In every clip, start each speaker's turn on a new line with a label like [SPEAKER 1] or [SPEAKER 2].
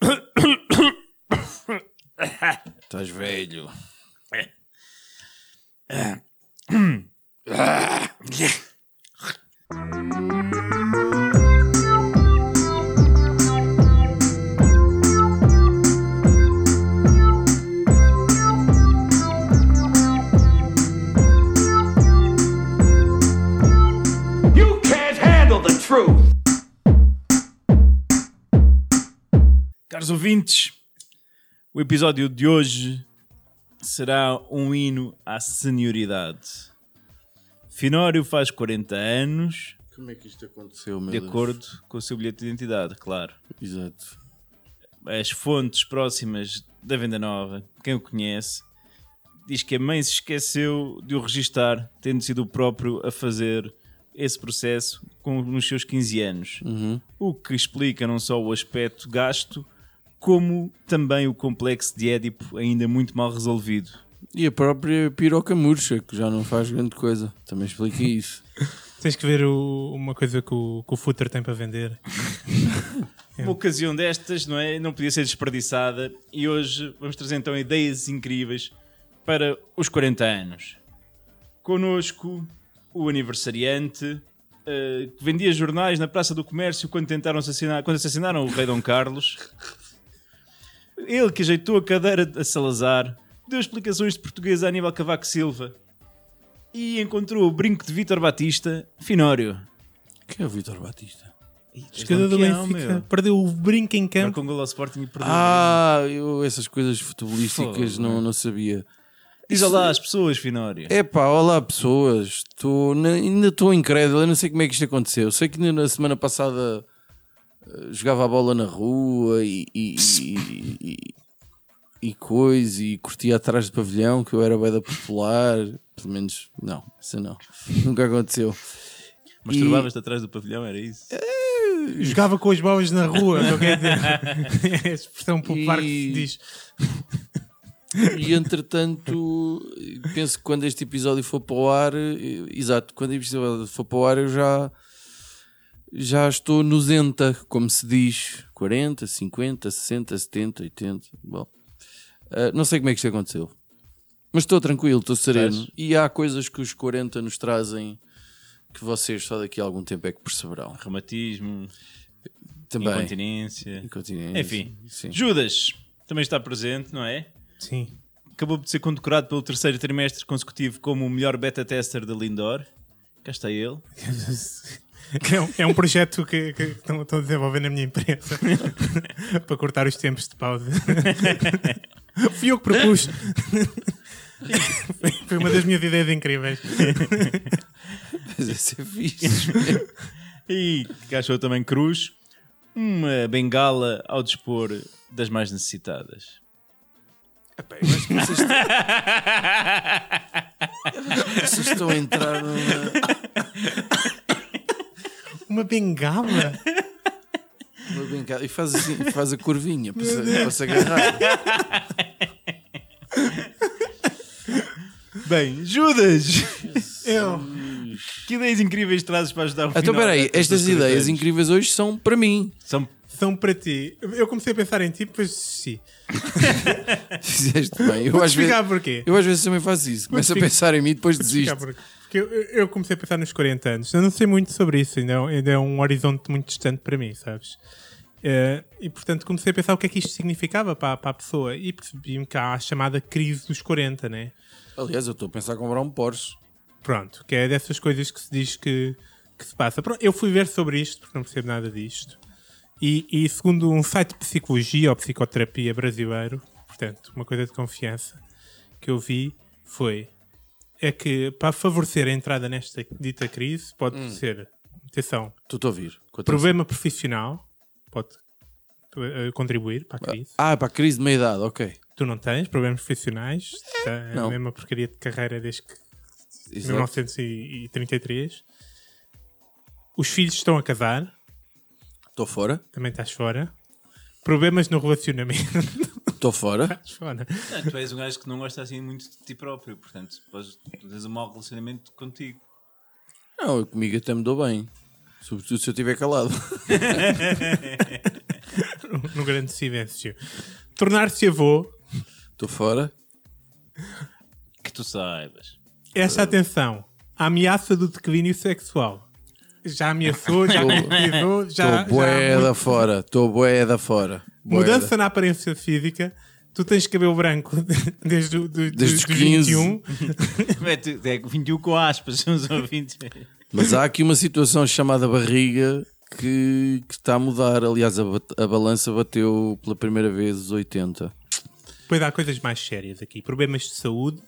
[SPEAKER 1] Estás velho.
[SPEAKER 2] You can't handle the truth.
[SPEAKER 3] Caros ouvintes, o episódio de hoje será um hino à senioridade. Finório faz 40 anos,
[SPEAKER 1] Como é que isto aconteceu, meu
[SPEAKER 3] de
[SPEAKER 1] Deus?
[SPEAKER 3] acordo com o seu bilhete de identidade, claro.
[SPEAKER 1] Exato.
[SPEAKER 3] As fontes próximas da Venda Nova, quem o conhece, diz que a mãe se esqueceu de o registar, tendo sido o próprio a fazer esse processo com, nos seus 15 anos. O que explica não só o aspecto gasto, como também o complexo de Édipo ainda muito mal resolvido.
[SPEAKER 1] E a própria piroca murcha, que já não faz grande coisa. Também explica isso.
[SPEAKER 4] Tens que ver o- uma coisa que o, que o Footer tem para vender.
[SPEAKER 3] Uma ocasião destas, não é? Não podia ser desperdiçada e hoje vamos trazer então ideias incríveis para os 40 anos. Connosco, o aniversariante, eh, que vendia jornais na Praça do Comércio quando tentaram assassinar, quando assassinaram o rei Dom Carlos. Ele que ajeitou a cadeira a Salazar, deu explicações de português a Aníbal Cavaco Silva e encontrou o brinco de Vítor Batista, Finório.
[SPEAKER 1] Quem é o Vitor Batista?
[SPEAKER 4] Esquerda do
[SPEAKER 3] Lampião,
[SPEAKER 4] Benfica.
[SPEAKER 3] meu.
[SPEAKER 4] Perdeu o brinco em campo.
[SPEAKER 3] Marcou um gol ao Sporting e perdeu.
[SPEAKER 1] Ah, eu essas coisas futebolísticas
[SPEAKER 3] Fogo,
[SPEAKER 1] não, não sabia.
[SPEAKER 3] Diz olá às pessoas, Finório.
[SPEAKER 1] Epá, olá pessoas, Tô na- ainda estou incrédulo, eu não sei como é que isto aconteceu. Sei que ainda na semana passada eh, jogava a bola na rua e, e, e, e- e coisa, e curtia atrás do pavilhão, que eu era beda popular, pelo menos, não, isso não, nunca aconteceu.
[SPEAKER 3] Masturbavas-te atrás do pavilhão, era isso?
[SPEAKER 1] É.
[SPEAKER 4] Jogava com as bolas na rua. não quer dizer. É a expressão popular que se
[SPEAKER 1] E-
[SPEAKER 4] diz.
[SPEAKER 1] E entretanto, penso que quando este episódio for para o ar, eh, exato, quando este episódio for para o ar, eu já, já estou nozenta, como se diz. 40, 50, 60, 70, 80. Bom, eh, não sei como é que isto aconteceu, mas estou tranquilo, estou sereno.
[SPEAKER 3] Estás?
[SPEAKER 1] E há coisas que os 40 nos trazem que vocês só daqui a algum tempo é que perceberão.
[SPEAKER 3] Reumatismo,
[SPEAKER 1] Também.
[SPEAKER 3] incontinência.
[SPEAKER 1] Incontinência.
[SPEAKER 3] Enfim,
[SPEAKER 1] Sim.
[SPEAKER 3] Judas também está presente, não é?
[SPEAKER 4] Sim.
[SPEAKER 3] Acabou de ser condecorado pelo terceiro trimestre consecutivo como o melhor beta tester da Lindor. Cá está ele.
[SPEAKER 4] É um, é um projeto que, que estão, estão a desenvolver na minha empresa para cortar os tempos de pausa. Fui eu que propus. Foi- Foi uma das minhas ideias incríveis.
[SPEAKER 1] Mas isso é fixe. meu.
[SPEAKER 3] E achou também Cruz. Uma bengala ao dispor das mais necessitadas.
[SPEAKER 1] Vocês estão a entrar numa.
[SPEAKER 4] Uma bengala.
[SPEAKER 1] Uma brincada. E faz assim, faz a curvinha para se, para se agarrar.
[SPEAKER 3] Bem, Judas!
[SPEAKER 4] Eu.
[SPEAKER 3] que ideias incríveis trazes para ajudar o
[SPEAKER 1] Então,
[SPEAKER 3] final
[SPEAKER 1] espera aí,
[SPEAKER 3] destas
[SPEAKER 1] estas
[SPEAKER 3] coisas?
[SPEAKER 1] ideias incríveis hoje são para mim.
[SPEAKER 3] São
[SPEAKER 4] São para ti. Eu comecei a pensar em ti, depois desisti.
[SPEAKER 1] Fizeste bem. Eu
[SPEAKER 4] Vou-te
[SPEAKER 1] às, vezes,
[SPEAKER 4] explicar porquê.
[SPEAKER 1] eu às vezes também faço isso. Começo a
[SPEAKER 4] explicar.
[SPEAKER 1] pensar em mim e depois
[SPEAKER 4] Explicar
[SPEAKER 1] desisto.
[SPEAKER 4] porquê. Porque eu, eu comecei a pensar nos 40 anos. Eu não sei muito sobre isso, ainda é, um- ainda é um horizonte muito distante para mim, sabes? Eh, e portanto comecei a pensar o que é que isto significava para, para a pessoa e percebi-me que há a chamada crise dos 40, né?
[SPEAKER 1] Aliás, eu estou a pensar em comprar um Porsche.
[SPEAKER 4] Pronto, que é dessas coisas que se diz que, que se passa. Pronto, eu fui ver sobre isto porque não percebo nada disto. E, e segundo um site de psicologia ou psicoterapia brasileiro, portanto, uma coisa de confiança que eu vi foi é que para favorecer a entrada nesta dita crise pode ser, atenção,
[SPEAKER 1] Estou a ouvir. Quanto é que-
[SPEAKER 4] problema profissional pode eh, contribuir para a crise.
[SPEAKER 1] Ah, para a crise de meia-idade, ok.
[SPEAKER 4] Tu não tens problemas profissionais, tá, é a
[SPEAKER 1] Não.
[SPEAKER 4] mesma porcaria de carreira desde que
[SPEAKER 1] Exato.
[SPEAKER 4] 1933. Os filhos estão a casar,
[SPEAKER 1] Estou fora.
[SPEAKER 4] também estás fora. Problemas no relacionamento,
[SPEAKER 1] Estou fora.
[SPEAKER 4] estás fora.
[SPEAKER 3] Ah, tu és um gajo que não gosta assim muito de ti próprio, portanto, podes, tens um mau relacionamento contigo.
[SPEAKER 1] Não, eu comigo até me dou bem. Sobretudo se eu estiver calado.
[SPEAKER 4] No grande silêncio. Tornar-se avô,
[SPEAKER 1] Estou fora.
[SPEAKER 3] Que tu saibas.
[SPEAKER 4] Esta atenção. A ameaça do declínio sexual. Já ameaçou, já
[SPEAKER 1] Tô-
[SPEAKER 4] concretizou, já.
[SPEAKER 1] Estou bué
[SPEAKER 4] já-
[SPEAKER 1] da fora. Estou bué da fora. Bué
[SPEAKER 4] Mudança
[SPEAKER 1] da-
[SPEAKER 4] na aparência física. Tu tens cabelo branco desde, o- do,
[SPEAKER 1] Desde os
[SPEAKER 4] dos
[SPEAKER 1] 15.
[SPEAKER 4] 21.
[SPEAKER 3] É, tu- é 21 com aspas, uns ouvintes.
[SPEAKER 1] Mas há aqui uma situação chamada barriga que, que está a mudar. Aliás, a, bat- a balança bateu pela primeira vez os 80.
[SPEAKER 4] Depois há coisas mais sérias aqui. Problemas de saúde.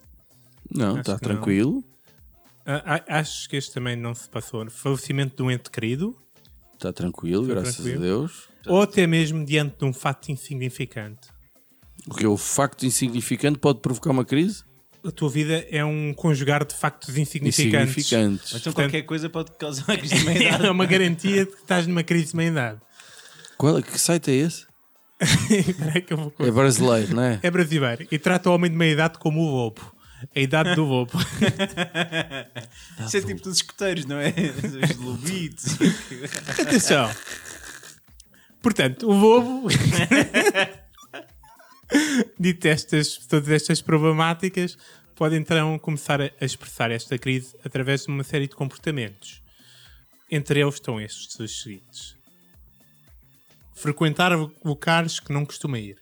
[SPEAKER 1] Não,
[SPEAKER 4] Acho
[SPEAKER 1] está
[SPEAKER 4] que não.
[SPEAKER 1] tranquilo.
[SPEAKER 4] Ah, ah, acho que este também não se passou. Falecimento de um ente querido.
[SPEAKER 1] Está tranquilo, graças
[SPEAKER 4] tranquilo.
[SPEAKER 1] a Deus.
[SPEAKER 4] Ou até mesmo diante de um facto insignificante.
[SPEAKER 1] O que é o facto insignificante pode provocar uma crise?
[SPEAKER 4] A tua vida é um conjugar de factos insignificantes.
[SPEAKER 1] Insignificantes.
[SPEAKER 3] Mas então
[SPEAKER 4] Portanto-
[SPEAKER 3] qualquer coisa pode causar uma crise de meia-idade.
[SPEAKER 4] É uma garantia de que estás numa crise de meia-idade.
[SPEAKER 1] Qual, que site é esse?
[SPEAKER 4] Espera aí que eu vou
[SPEAKER 1] É
[SPEAKER 4] cortar.
[SPEAKER 1] brasileiro, não é?
[SPEAKER 4] É brasileiro e trata o homem de meia-idade como o lobo. A idade do lobo.
[SPEAKER 3] Isso é tipo dos escuteiros, não é? Os lobitos.
[SPEAKER 4] Atenção. Portanto, o lobo. Dito estas, todas estas problemáticas, pode então começar a a expressar esta crise através de uma série de comportamentos. Entre eles estão estes os seguintes: frequentar lo- locais que não costuma ir,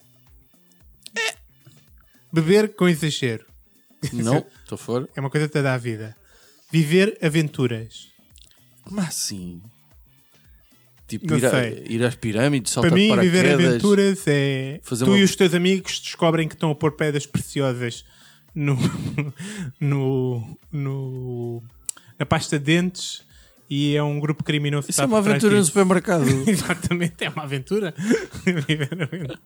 [SPEAKER 4] É. beber com exagero,
[SPEAKER 1] Não, estou fora.
[SPEAKER 4] é uma coisa toda a vida, viver aventuras,
[SPEAKER 1] Como assim? Tipo,
[SPEAKER 4] Não
[SPEAKER 1] ir, a,
[SPEAKER 4] sei.
[SPEAKER 1] ir às pirâmides, saltar
[SPEAKER 4] Para mim,
[SPEAKER 1] de paraquedas.
[SPEAKER 4] viver aventuras é.
[SPEAKER 1] Fazer
[SPEAKER 4] tu
[SPEAKER 1] uma-
[SPEAKER 4] e os teus amigos descobrem que estão a pôr pedras preciosas no. no. no- na pasta de dentes e é um grupo criminoso que
[SPEAKER 1] Isso
[SPEAKER 4] está
[SPEAKER 1] é uma
[SPEAKER 4] por trás
[SPEAKER 1] aventura no
[SPEAKER 4] disso.
[SPEAKER 1] supermercado.
[SPEAKER 4] Exatamente, é uma aventura. Viver aventura.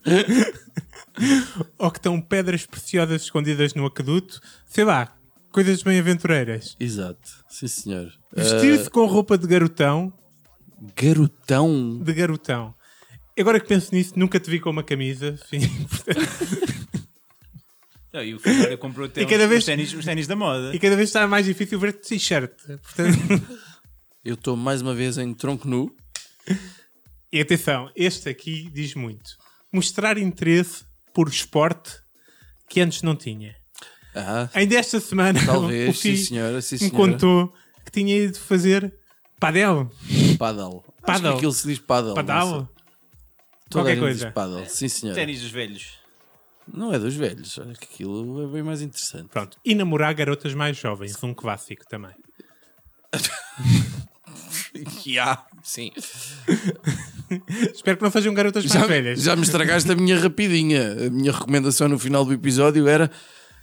[SPEAKER 4] Ou que estão pedras preciosas escondidas no aqueduto. Sei lá, coisas bem-aventureiras.
[SPEAKER 1] Exato, sim senhor. Eh,
[SPEAKER 4] Vestir-se com roupa de garotão
[SPEAKER 1] Ah, garotão.
[SPEAKER 4] de garotão. Agora que penso nisso, nunca te vi com uma camisa. Sim.
[SPEAKER 3] Não, e o Ferreira comprou até
[SPEAKER 4] E cada
[SPEAKER 3] uns-
[SPEAKER 4] vez-
[SPEAKER 3] uns ténis- uns ténis da moda.
[SPEAKER 4] E cada vez está mais difícil ver de t-shirt. Portanto,
[SPEAKER 1] Eu estou mais uma vez em tronco nu.
[SPEAKER 4] e atenção, este aqui diz muito. Mostrar interesse por esporte que antes não tinha.
[SPEAKER 1] Ah,
[SPEAKER 4] Ainda esta semana,
[SPEAKER 1] Talvez,
[SPEAKER 4] o filho
[SPEAKER 1] sim, senhora, sim,
[SPEAKER 4] me
[SPEAKER 1] senhora.
[SPEAKER 4] contou que tinha ido fazer padel.
[SPEAKER 1] paddle. Acho que
[SPEAKER 4] Paddle.
[SPEAKER 1] aquilo se diz paddle. não sei.
[SPEAKER 4] Padel?
[SPEAKER 1] Toda a
[SPEAKER 4] Qualquer
[SPEAKER 1] gente
[SPEAKER 4] coisa.
[SPEAKER 1] diz paddle, sim senhora.
[SPEAKER 3] Ténis dos velhos.
[SPEAKER 1] Não é dos velhos, acho que aquilo é bem mais interessante.
[SPEAKER 4] Pronto. E namorar garotas mais jovens, um clássico também.
[SPEAKER 1] Já, sim.
[SPEAKER 4] Espero que não sejam garotas mais
[SPEAKER 1] Já,
[SPEAKER 4] velhas.
[SPEAKER 1] já me estragaste a minha rapidinha. A minha recomendação no final do episódio era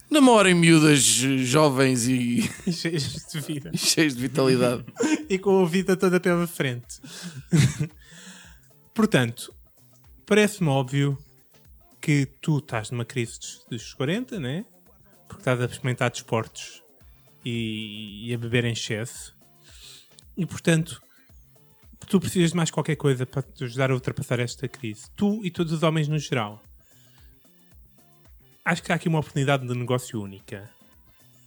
[SPEAKER 1] namorem miúdas eh, jovens e
[SPEAKER 4] Cheias é de vida.
[SPEAKER 1] cheias de vitalidade.
[SPEAKER 4] e com a vida toda pela frente. Portanto, parece-me óbvio que tu estás numa crise dos, dos 40, né? Porque estás a experimentar desportos e, e a beber em excesso. E portanto, tu precisas de mais qualquer coisa para te ajudar a ultrapassar esta crise. Tu e todos os homens no geral. Acho que há aqui uma oportunidade de negócio única.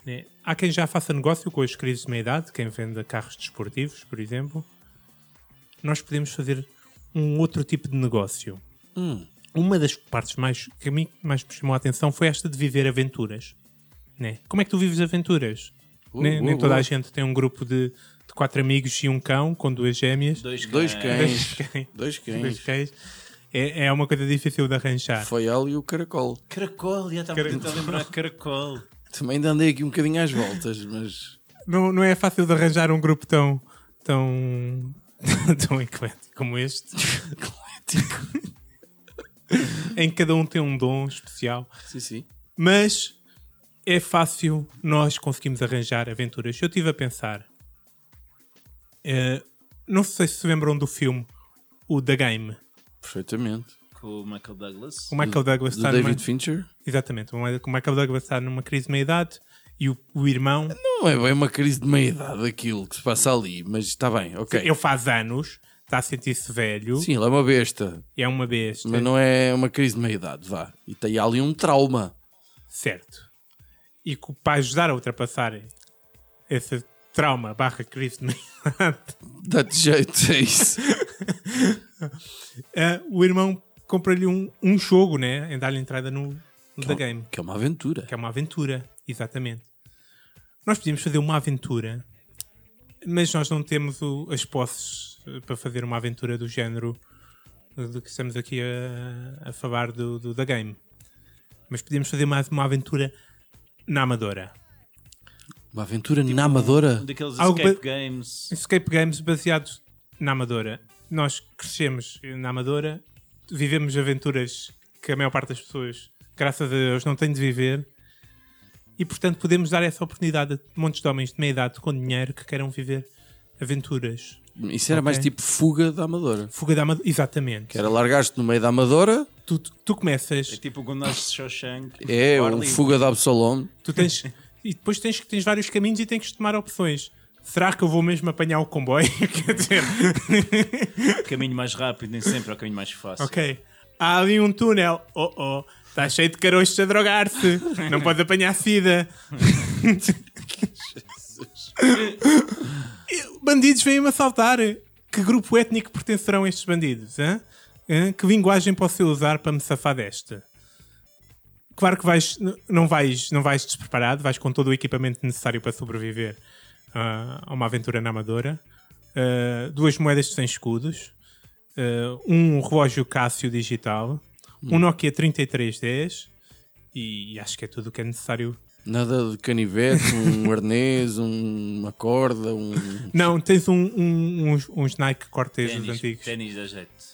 [SPEAKER 4] Né? Há quem já faça negócio com as crises de meia-idade, quem venda carros desportivos, por exemplo. Nós podemos fazer um outro tipo de negócio.
[SPEAKER 1] Hum.
[SPEAKER 4] Uma das partes mais, que a mim mais me chamou a atenção foi esta de viver aventuras. Né? Como é que tu vives aventuras? nem,
[SPEAKER 1] uh,
[SPEAKER 4] nem toda
[SPEAKER 1] uh.
[SPEAKER 4] a gente tem um grupo de, de quatro amigos e um cão com duas gêmeas.
[SPEAKER 3] Dois,
[SPEAKER 1] Dois
[SPEAKER 3] cães.
[SPEAKER 1] cães.
[SPEAKER 4] cães.
[SPEAKER 1] Dois
[SPEAKER 4] Dois
[SPEAKER 1] cães.
[SPEAKER 4] cães. É, é uma coisa difícil de arranjar.
[SPEAKER 1] Foi ela e o caracol.
[SPEAKER 3] Caracol, já estava a
[SPEAKER 4] Caracol.
[SPEAKER 3] tentar lembrar caracol.
[SPEAKER 1] Também ainda andei aqui um bocadinho às voltas, mas
[SPEAKER 4] não, não é fácil de arranjar um grupo tão tão tão eclético como este em que cada um tem um dom especial
[SPEAKER 1] sim, sim.
[SPEAKER 4] mas é fácil nós conseguimos arranjar aventuras eu estive a pensar eh, não sei se se lembram do filme o The Game
[SPEAKER 1] Perfeitamente.
[SPEAKER 3] Com o Michael Douglas.
[SPEAKER 4] o Michael Douglas
[SPEAKER 1] Do
[SPEAKER 4] está numa,
[SPEAKER 1] David Fincher?
[SPEAKER 4] exatamente o Michael Douglas está numa crise de meia idade e o, o irmão
[SPEAKER 1] Não é bem uma crise de meia-idade aquilo que se passa ali, mas está bem, ok.
[SPEAKER 4] ele faz anos está a sentir-se velho
[SPEAKER 1] Sim, ele é uma besta,
[SPEAKER 4] é uma besta
[SPEAKER 1] mas não é uma crise de meia-idade, vá. E tem ali um trauma.
[SPEAKER 4] Certo. E co- para ajudar a ultrapassar esse trauma barra crise de meia-idade,
[SPEAKER 1] Dá-te jeito, é isso.
[SPEAKER 4] eh, o irmão compra-lhe um, um jogo, né? Em dar-lhe entrada no, da game.
[SPEAKER 1] Que é uma aventura.
[SPEAKER 4] Que é uma aventura, exatamente. Nós podíamos fazer uma aventura, mas nós não temos o- as posses eh, para fazer uma aventura do género eh, do que estamos aqui a, a falar do, do da game. Mas podíamos fazer mais uma aventura na Amadora.
[SPEAKER 1] Uma aventura na Amadora.
[SPEAKER 3] Um daqueles
[SPEAKER 4] Algo
[SPEAKER 3] escape
[SPEAKER 4] ba-
[SPEAKER 3] games.
[SPEAKER 4] Escape games baseados na Amadora. Nós crescemos na Amadora, vivemos aventuras que a maior parte das pessoas, graças a Deus, não tem de viver. E, portanto, podemos dar essa oportunidade a montes de homens de meia idade com dinheiro que queiram viver aventuras.
[SPEAKER 1] Isso era mais tipo fuga da Amadora.
[SPEAKER 4] Fuga da Amadora. Exatamente.
[SPEAKER 1] Que era largar-te no meio da Amadora,
[SPEAKER 4] Tu, tu começas,
[SPEAKER 3] É tipo o Gondás de Shawshank.
[SPEAKER 1] é
[SPEAKER 3] Ar
[SPEAKER 1] um
[SPEAKER 3] livre.
[SPEAKER 1] fuga da Absalom.
[SPEAKER 4] tu tens. e depois tens, tens vários caminhos e tens que tomar opções. Será que eu vou mesmo apanhar o comboio? Quer dizer,
[SPEAKER 3] O caminho mais rápido nem sempre é o caminho mais fácil.
[SPEAKER 4] Ok. Há ali um túnel. Oh oh. Está cheio de caroços a drogar-se. Não pode apanhar sida. bandidos vêm-me assaltar. Que grupo étnico pertencerão estes bandidos? hã? Hã? Que linguagem posso eu usar para me safar desta? Claro que vais, n- não, vais, não vais despreparado, vais com todo o equipamento necessário para sobreviver ah, a uma aventura na Amadora. Ah, duas moedas sem escudos. Uh, um relógio Cássio digital, um Nokia 3310 e acho que é tudo o que é necessário.
[SPEAKER 1] Nada de canivete, um arnês, um- uma corda, um.
[SPEAKER 4] Não, tens um- um- uns, uns Nike Cortez dos
[SPEAKER 3] Ténis,
[SPEAKER 4] antigos.
[SPEAKER 3] ténis da jeito.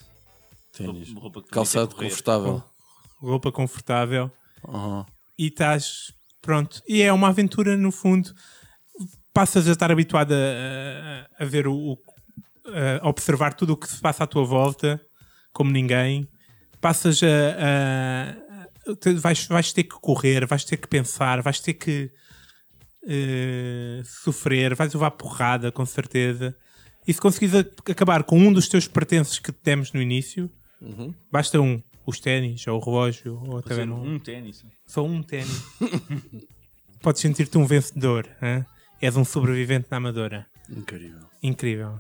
[SPEAKER 1] ténis.
[SPEAKER 3] Roupa- roupa que permite
[SPEAKER 1] Calçado
[SPEAKER 3] correr.
[SPEAKER 1] confortável.
[SPEAKER 4] Roupa confortável
[SPEAKER 3] Oh.
[SPEAKER 1] Aham.
[SPEAKER 4] e estás pronto. E é uma aventura no fundo. Passas a estar habituado a, a- a ver o, o- a observar tudo o que se passa à tua volta, como ninguém. Passas a, a- a- te- vais, vais ter que correr, vais ter que pensar, vais ter que eh, sofrer, vais levar porrada, com certeza. E se conseguires a- acabar com um dos teus pertences que te demos no início, basta um, os ténis, ou o relógio, ou até
[SPEAKER 3] Fazer
[SPEAKER 4] mesmo
[SPEAKER 3] um ténis.
[SPEAKER 4] só um ténis. Podes sentir-te um vencedor. hã? És um sobrevivente na Amadora.
[SPEAKER 1] Incrível.
[SPEAKER 4] Incrível.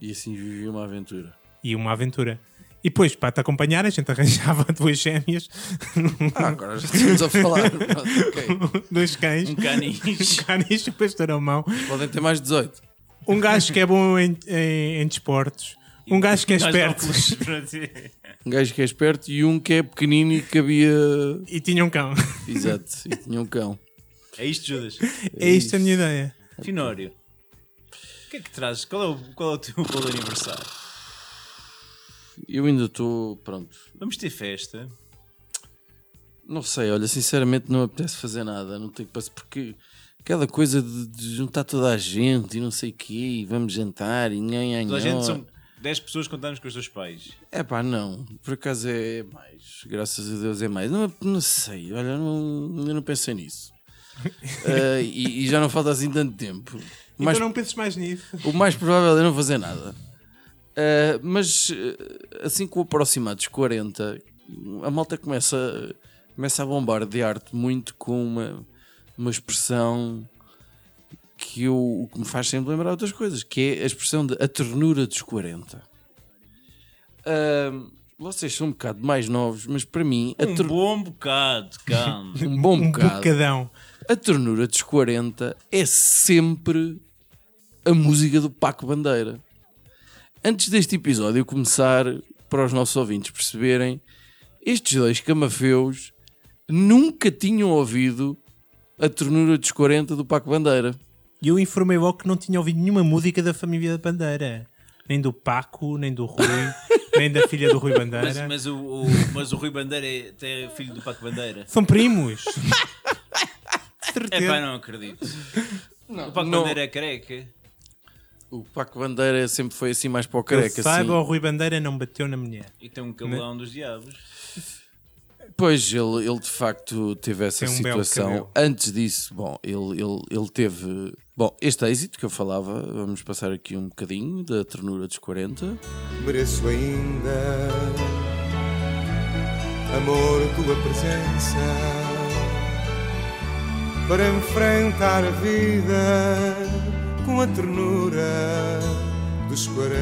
[SPEAKER 1] E assim vivi uma aventura.
[SPEAKER 4] E uma aventura. E depois, para te acompanhar, a gente arranjava duas gêmeas,
[SPEAKER 1] Ah, agora já estamos a falar. Mas, ok.
[SPEAKER 4] dois cães,
[SPEAKER 3] Um canis.
[SPEAKER 4] um canis, um pastor alemão,
[SPEAKER 1] Podem ter mais de 18.
[SPEAKER 4] um gajo que é bom em, em, em desportos, um gajo que é
[SPEAKER 3] Nós
[SPEAKER 4] esperto
[SPEAKER 3] óculos para dizer.
[SPEAKER 1] Um gajo que é esperto e um que é pequenino e que cabia.
[SPEAKER 4] e tinha um cão.
[SPEAKER 1] Exato. E tinha um cão.
[SPEAKER 3] É isto, Judas.
[SPEAKER 4] É isto a minha ideia.
[SPEAKER 3] Finório. O que é que trazes? Qual é o, qual é o teu bolo de aniversário?
[SPEAKER 1] Eu ainda estou. Pronto.
[SPEAKER 3] Vamos ter festa.
[SPEAKER 1] Não sei, olha, sinceramente não me apetece fazer nada, não tenho passo porque aquela coisa de, de juntar toda a gente e não sei o quê, e vamos jantar e nhan,
[SPEAKER 3] Toda
[SPEAKER 1] nhan,
[SPEAKER 3] a gente
[SPEAKER 1] nhan.
[SPEAKER 3] são 10 pessoas contadas com os teus pais.
[SPEAKER 1] É pá, não, por acaso é mais, graças a Deus é mais. Não, não sei, olha, não, eu não pensei nisso. Ah, e, e já não falta assim tanto tempo. Mas
[SPEAKER 4] Então não penses mais nisso.
[SPEAKER 1] o mais provável é não fazer nada. Ah, mas ah, assim com o aproximar dos 40, a malta começa, começa a bombar de arte muito com uma, uma expressão que, eu, o que me faz sempre lembrar outras coisas, que é a expressão de a ternura dos 40. Ah, vocês são um bocado mais novos, mas para mim a
[SPEAKER 3] Um
[SPEAKER 1] ter-
[SPEAKER 3] bom bocado, calma.
[SPEAKER 1] um bom
[SPEAKER 4] Um
[SPEAKER 1] bocado.
[SPEAKER 4] bocadão.
[SPEAKER 1] A ternura dos 40 é sempre a música do Paco Bandeira. Antes deste episódio começar, para os nossos ouvintes perceberem, estes dois camafeus nunca tinham ouvido a ternura dos 40 do Paco Bandeira.
[SPEAKER 4] E eu informei logo que não tinha ouvido nenhuma música da família da Bandeira. Nem do Paco, nem do Rui, nem da filha do Rui Bandeira.
[SPEAKER 3] Mas, mas o, o- mas o Rui Bandeira é até é filho do Paco Bandeira.
[SPEAKER 4] São primos.
[SPEAKER 3] É pá,
[SPEAKER 4] Certeza.
[SPEAKER 3] não acredito. o Paco
[SPEAKER 1] não.
[SPEAKER 3] Bandeira é careca.
[SPEAKER 1] O Paco Bandeira sempre foi assim mais para o
[SPEAKER 4] Que
[SPEAKER 1] careca.
[SPEAKER 4] saiba,
[SPEAKER 1] assim.
[SPEAKER 4] o Rui Bandeira não bateu na mulher.
[SPEAKER 3] E tem um cabelão dos diabos.
[SPEAKER 1] Pois, ele, ele de facto teve essa
[SPEAKER 4] Tem um belo
[SPEAKER 1] situação.
[SPEAKER 4] cabelo.
[SPEAKER 1] Antes disso, bom, ele, ele, ele teve. Bom, este êxito que eu falava, vamos passar aqui um bocadinho da ternura dos 40.
[SPEAKER 5] Mereço ainda, amor, tua presença para enfrentar a vida com a ternura dos 40.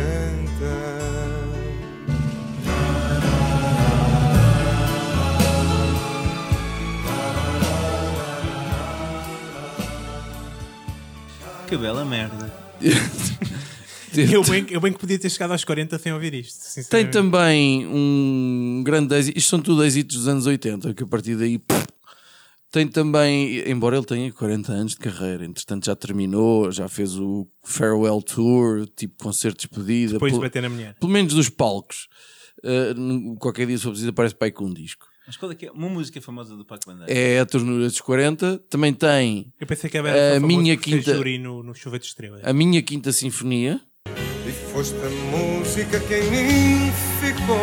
[SPEAKER 3] Que bela merda.
[SPEAKER 4] Eu bem, eu bem que podia ter chegado aos 40 sem ouvir isto.
[SPEAKER 1] Tem
[SPEAKER 4] sinceramente.
[SPEAKER 1] também um grande êxito. Isto são tudo êxitos dos anos 80, que a partir daí. pff, tem também, embora ele tenha 40 anos de carreira, entretanto já terminou, já fez o Farewell Tour, tipo concerto de despedida.
[SPEAKER 4] Depois de
[SPEAKER 1] pelo-
[SPEAKER 4] bater na mulher.
[SPEAKER 1] pelo menos dos palcos. Uh, num- qualquer dia, se for preciso, aparece para aí com um disco.
[SPEAKER 3] Mas qual é que é? Uma música famosa do Paco Bandeira.
[SPEAKER 1] É a ternura dos 40. Também tem
[SPEAKER 4] Eu pensei que era
[SPEAKER 1] A
[SPEAKER 4] só
[SPEAKER 1] minha
[SPEAKER 4] famoso por ser
[SPEAKER 1] quinta-
[SPEAKER 4] juri no, no Chuva de Estrelas.
[SPEAKER 1] a minha quinta sinfonia.
[SPEAKER 5] E foste a música que em mim ficou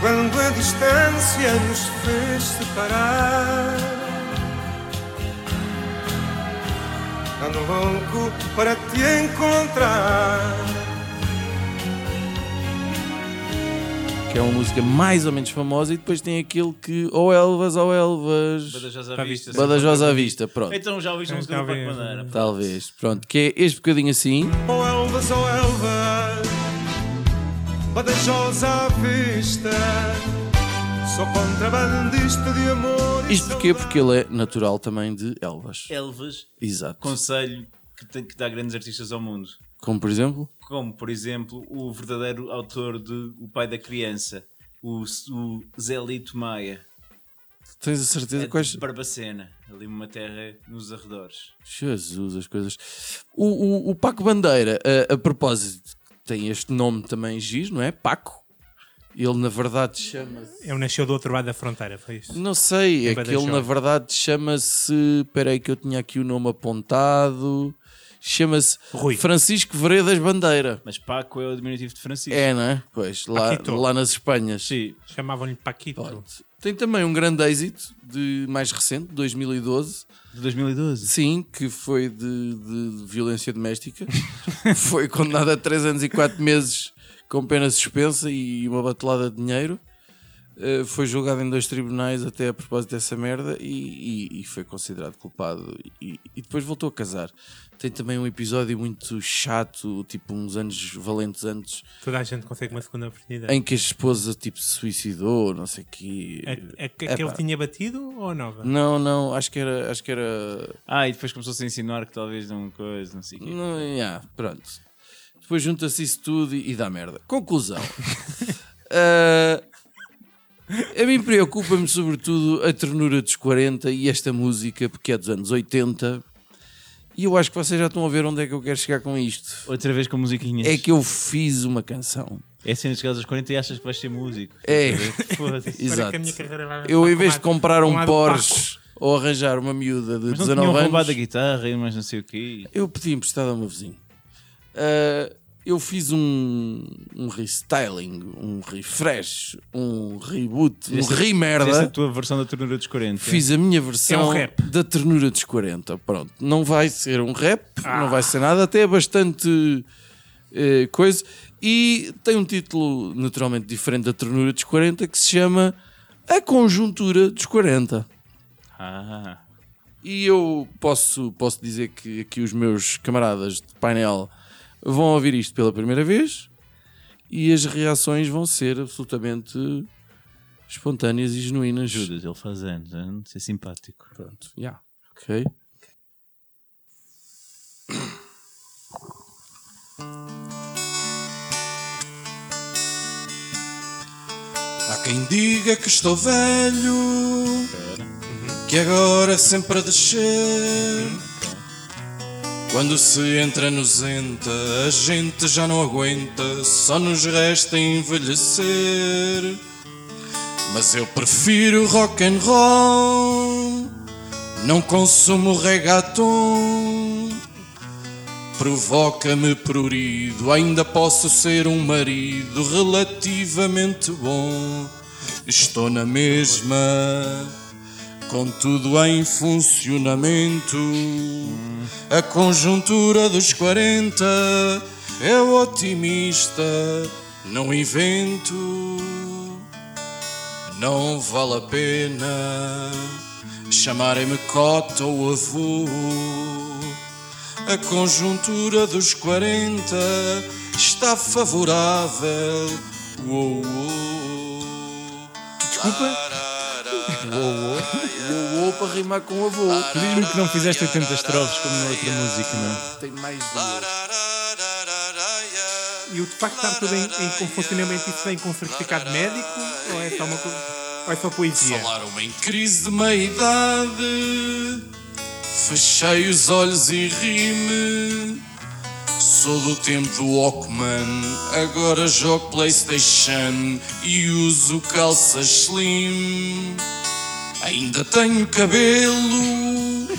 [SPEAKER 5] Quando a distância nos fez separar Ando louco para te encontrar
[SPEAKER 1] Que é uma música mais ou menos famosa, e depois tem aquele que ou Elvas ou Elvas,
[SPEAKER 3] Badajoz à
[SPEAKER 4] Tá
[SPEAKER 3] vista.
[SPEAKER 1] Badajoz à vista, pronto,
[SPEAKER 3] Então já ouviste a música do
[SPEAKER 4] Talvez.
[SPEAKER 3] Paco Bandeira.
[SPEAKER 1] talvez, pronto, que é este bocadinho assim,
[SPEAKER 5] Ou Oh, elvas ou elvas Badajoz à vista Sou contrabandista de amor e
[SPEAKER 1] isto porquê?
[SPEAKER 5] saudade.
[SPEAKER 1] Porque ele é natural também de Elvas,
[SPEAKER 3] É. Elvas,
[SPEAKER 1] exato,
[SPEAKER 3] conselho que, tem, que dá grandes artistas ao mundo.
[SPEAKER 1] como por exemplo,
[SPEAKER 3] Como, por exemplo, o verdadeiro autor de O Pai da Criança, o, o Zé Lito Maia.
[SPEAKER 1] tens a
[SPEAKER 3] É
[SPEAKER 1] certeza
[SPEAKER 3] de
[SPEAKER 1] quais,
[SPEAKER 3] Barbacena, ali uma terra nos arredores.
[SPEAKER 1] Jesus, as coisas. O, o- o Paco Bandeira, a, a propósito, tem este nome também giz, não é? Paco. Ele na verdade chama-se.
[SPEAKER 4] Eu nasceu do outro lado da fronteira, foi isso.
[SPEAKER 1] Não sei, é
[SPEAKER 4] Vai
[SPEAKER 1] que ele
[SPEAKER 4] deixar.
[SPEAKER 1] na verdade chama-se. Espera aí que eu tinha aqui o nome apontado. Chama-se
[SPEAKER 4] Rui.
[SPEAKER 1] Francisco Veredas Bandeira.
[SPEAKER 3] Mas Paco é o diminutivo de Francisco.
[SPEAKER 1] É, não é? Pois, lá,
[SPEAKER 4] Paquito.
[SPEAKER 1] lá nas Espanhas.
[SPEAKER 3] Sim.
[SPEAKER 4] Chamavam-lhe Paquito.
[SPEAKER 1] Pronto. Tem também um grande êxito de mais recente, 2012,
[SPEAKER 3] De 2012.
[SPEAKER 1] Sim, que foi de, de- de violência doméstica. foi condenado a 3 anos e 4 meses com pena suspensa e uma batelada de dinheiro. Uh, foi julgado em dois tribunais até a propósito dessa merda e, e- e foi considerado culpado. E, e depois voltou a casar. Tem também um episódio muito chato, tipo uns anos valentes antes,
[SPEAKER 4] Toda a gente consegue uma segunda oportunidade.
[SPEAKER 1] em que a esposa tipo, se suicidou, não sei o quê.
[SPEAKER 4] É, é que
[SPEAKER 1] Epá.
[SPEAKER 4] que ele tinha batido ou a nova?
[SPEAKER 1] Não, não, acho que era. Acho que era
[SPEAKER 3] Ah, e depois começou-se a insinuar que talvez não coisa, não sei o quê.
[SPEAKER 1] Não, yeah, pronto. Depois junta-se isso tudo e, e dá merda. Conclusão. Ah, a mim preocupa-me sobretudo a ternura dos 40 e esta música, porque é dos anos 80. E eu acho que vocês já estão a ver onde é que eu quero chegar com isto.
[SPEAKER 3] Outra vez com musiquinhas.
[SPEAKER 1] É que eu fiz uma canção.
[SPEAKER 3] É assim, chegados aos 40 e achas que vais ser músico.
[SPEAKER 1] É,
[SPEAKER 3] Foda-se.
[SPEAKER 4] Espera
[SPEAKER 1] exato.
[SPEAKER 4] que a minha carreira vai-
[SPEAKER 1] Eu, em
[SPEAKER 4] vai
[SPEAKER 1] vez de
[SPEAKER 4] tomar-
[SPEAKER 1] comprar um
[SPEAKER 4] lado
[SPEAKER 1] Porsche ou arranjar uma miúda de
[SPEAKER 3] Mas não tinham
[SPEAKER 1] 19 anos.
[SPEAKER 3] roubado a guitarra e mais não sei o quê.
[SPEAKER 1] Eu pedi emprestado ao meu vizinho. Ah, eu fiz um, um restyling, um refresh, um reboot, um
[SPEAKER 3] Fizeste- Essa é a
[SPEAKER 1] remerda.
[SPEAKER 3] tua versão da ternura dos 40.
[SPEAKER 1] Fiz a minha versão
[SPEAKER 4] É um rap.
[SPEAKER 1] da ternura dos 40. Pronto, não vai ser um rap, não
[SPEAKER 4] Ah.
[SPEAKER 1] vai ser nada, até é bastante eh, coisa. E tem um título naturalmente diferente da ternura dos 40 que se chama A Conjuntura dos 40.
[SPEAKER 3] Ah,
[SPEAKER 1] E eu posso, posso dizer que aqui os meus camaradas de painel vão ouvir isto pela primeira vez e as reações vão ser absolutamente espontâneas e genuínas.
[SPEAKER 3] Judas, ele faz anos, hein? Isso é simpático.
[SPEAKER 1] Pronto, yeah. ok.
[SPEAKER 6] Há quem diga que estou velho, que agora é sempre a descer. Quando se entra nos enta, a gente já não aguenta, só nos resta envelhecer. Mas eu prefiro rock and roll, não consumo reggaeton. Provoca-me prurido, ainda posso ser um marido relativamente bom. Estou na mesma, com tudo em funcionamento. A conjuntura dos 40 é otimista, não invento. Não vale a pena chamarem-me cota ou avô. A conjuntura dos 40 está favorável. Uou, uou. Desculpa?
[SPEAKER 1] O avô para rimar com o avô.
[SPEAKER 3] Diz-me que não fizeste 80 estrofes como na outra música, não.
[SPEAKER 1] Tem mais um. de
[SPEAKER 4] E o de facto está tudo em, em com funcionamento e sem com certificado médico? Ou é só uma coisa? Ou é só poesia?
[SPEAKER 6] Falaram em crise de meia-idade. Fechei os olhos e ri-me. Sou do tempo do Walkman. Agora jogo PlayStation e uso calças slim. Ainda tenho cabelo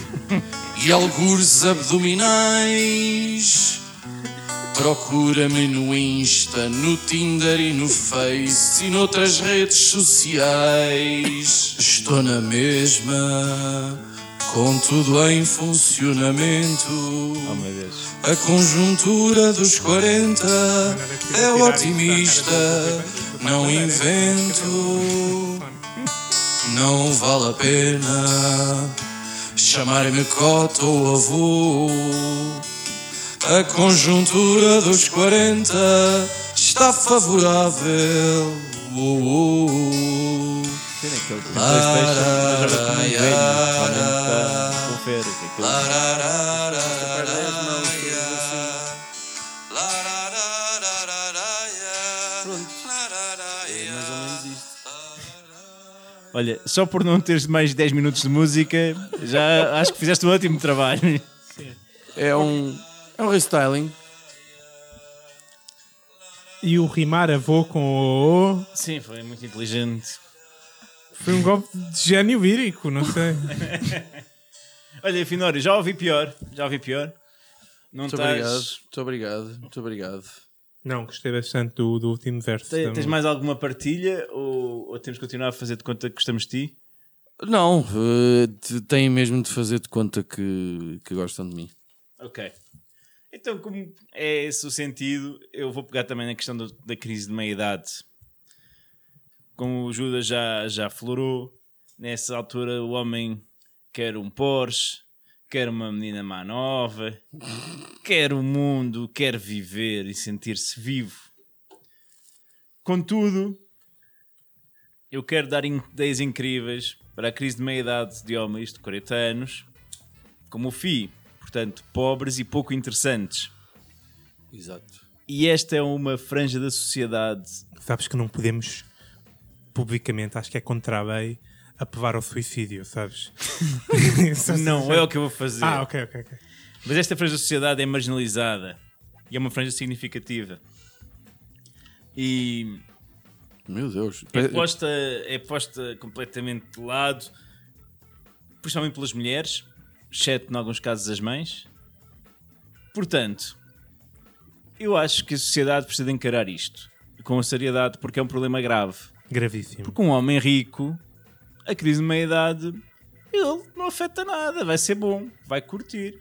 [SPEAKER 6] e algures abdominais. Procura-me no Insta, no Tinder e no Face e noutras redes sociais. Estou na mesma, com tudo em funcionamento.
[SPEAKER 3] Oh, meu Deus.
[SPEAKER 6] A conjuntura dos 40 é o otimista, não invento, não vale a pena chamar-me cota ou avô. A conjuntura dos 40 está favorável. Oh, oh, oh.
[SPEAKER 3] Quem é aquele que tem Playstation, mas joga como um velho? Realmente está. Confere. que é aquilo- É Olha, só por não teres mais 10 minutos de música, já acho que fizeste um ótimo trabalho.
[SPEAKER 1] É um. É um restyling.
[SPEAKER 4] E o rimar avô com o o
[SPEAKER 3] Sim, foi muito inteligente.
[SPEAKER 4] foi um golpe de gênio vírico, não sei.
[SPEAKER 3] Olha, Finório, já ouvi pior. Já ouvi pior. Não
[SPEAKER 1] Muito obrigado.
[SPEAKER 3] estás...
[SPEAKER 1] Muito obrigado. Muito obrigado.
[SPEAKER 4] Não, gostei bastante do, do último verso. da
[SPEAKER 3] Te- Tens
[SPEAKER 4] música.
[SPEAKER 3] mais alguma partilha ou, ou temos que continuar a fazer de conta que gostamos de ti?
[SPEAKER 1] Não, eh, te- têm mesmo de fazer de conta que, que gostam de mim.
[SPEAKER 3] Ok. Então, como é esse o sentido, eu vou pegar também na questão do- da crise de meia-idade. Como o Judas já, já florou, nessa altura o homem quer um Porsche, quer uma menina má nova, quer o mundo, quer viver e sentir-se vivo. Contudo, eu quero dar in- ideias incríveis para a crise de meia-idade de homens de 40 anos como o FI, portanto, pobres e pouco interessantes.
[SPEAKER 1] Exato.
[SPEAKER 3] E esta é uma franja da sociedade.
[SPEAKER 4] Sabes que não podemos publicamente, acho que é contra a lei, apelar ao suicídio, sabes? Isso
[SPEAKER 3] Não é o que eu vou fazer.
[SPEAKER 4] Tá Ah, ok, ok, ok.
[SPEAKER 3] Mas esta franja da sociedade é marginalizada e é uma franja significativa. E
[SPEAKER 1] Meu Deus.
[SPEAKER 3] é posta, é posta completamente de lado, principalmente pelas mulheres, exceto em alguns casos as mães. Portanto, eu acho que a sociedade precisa de encarar isto com seriedade porque é um problema grave.
[SPEAKER 4] Gravíssimo.
[SPEAKER 3] com um homem rico, a crise de meia-idade, ele não afeta nada, vai ser bom, vai curtir,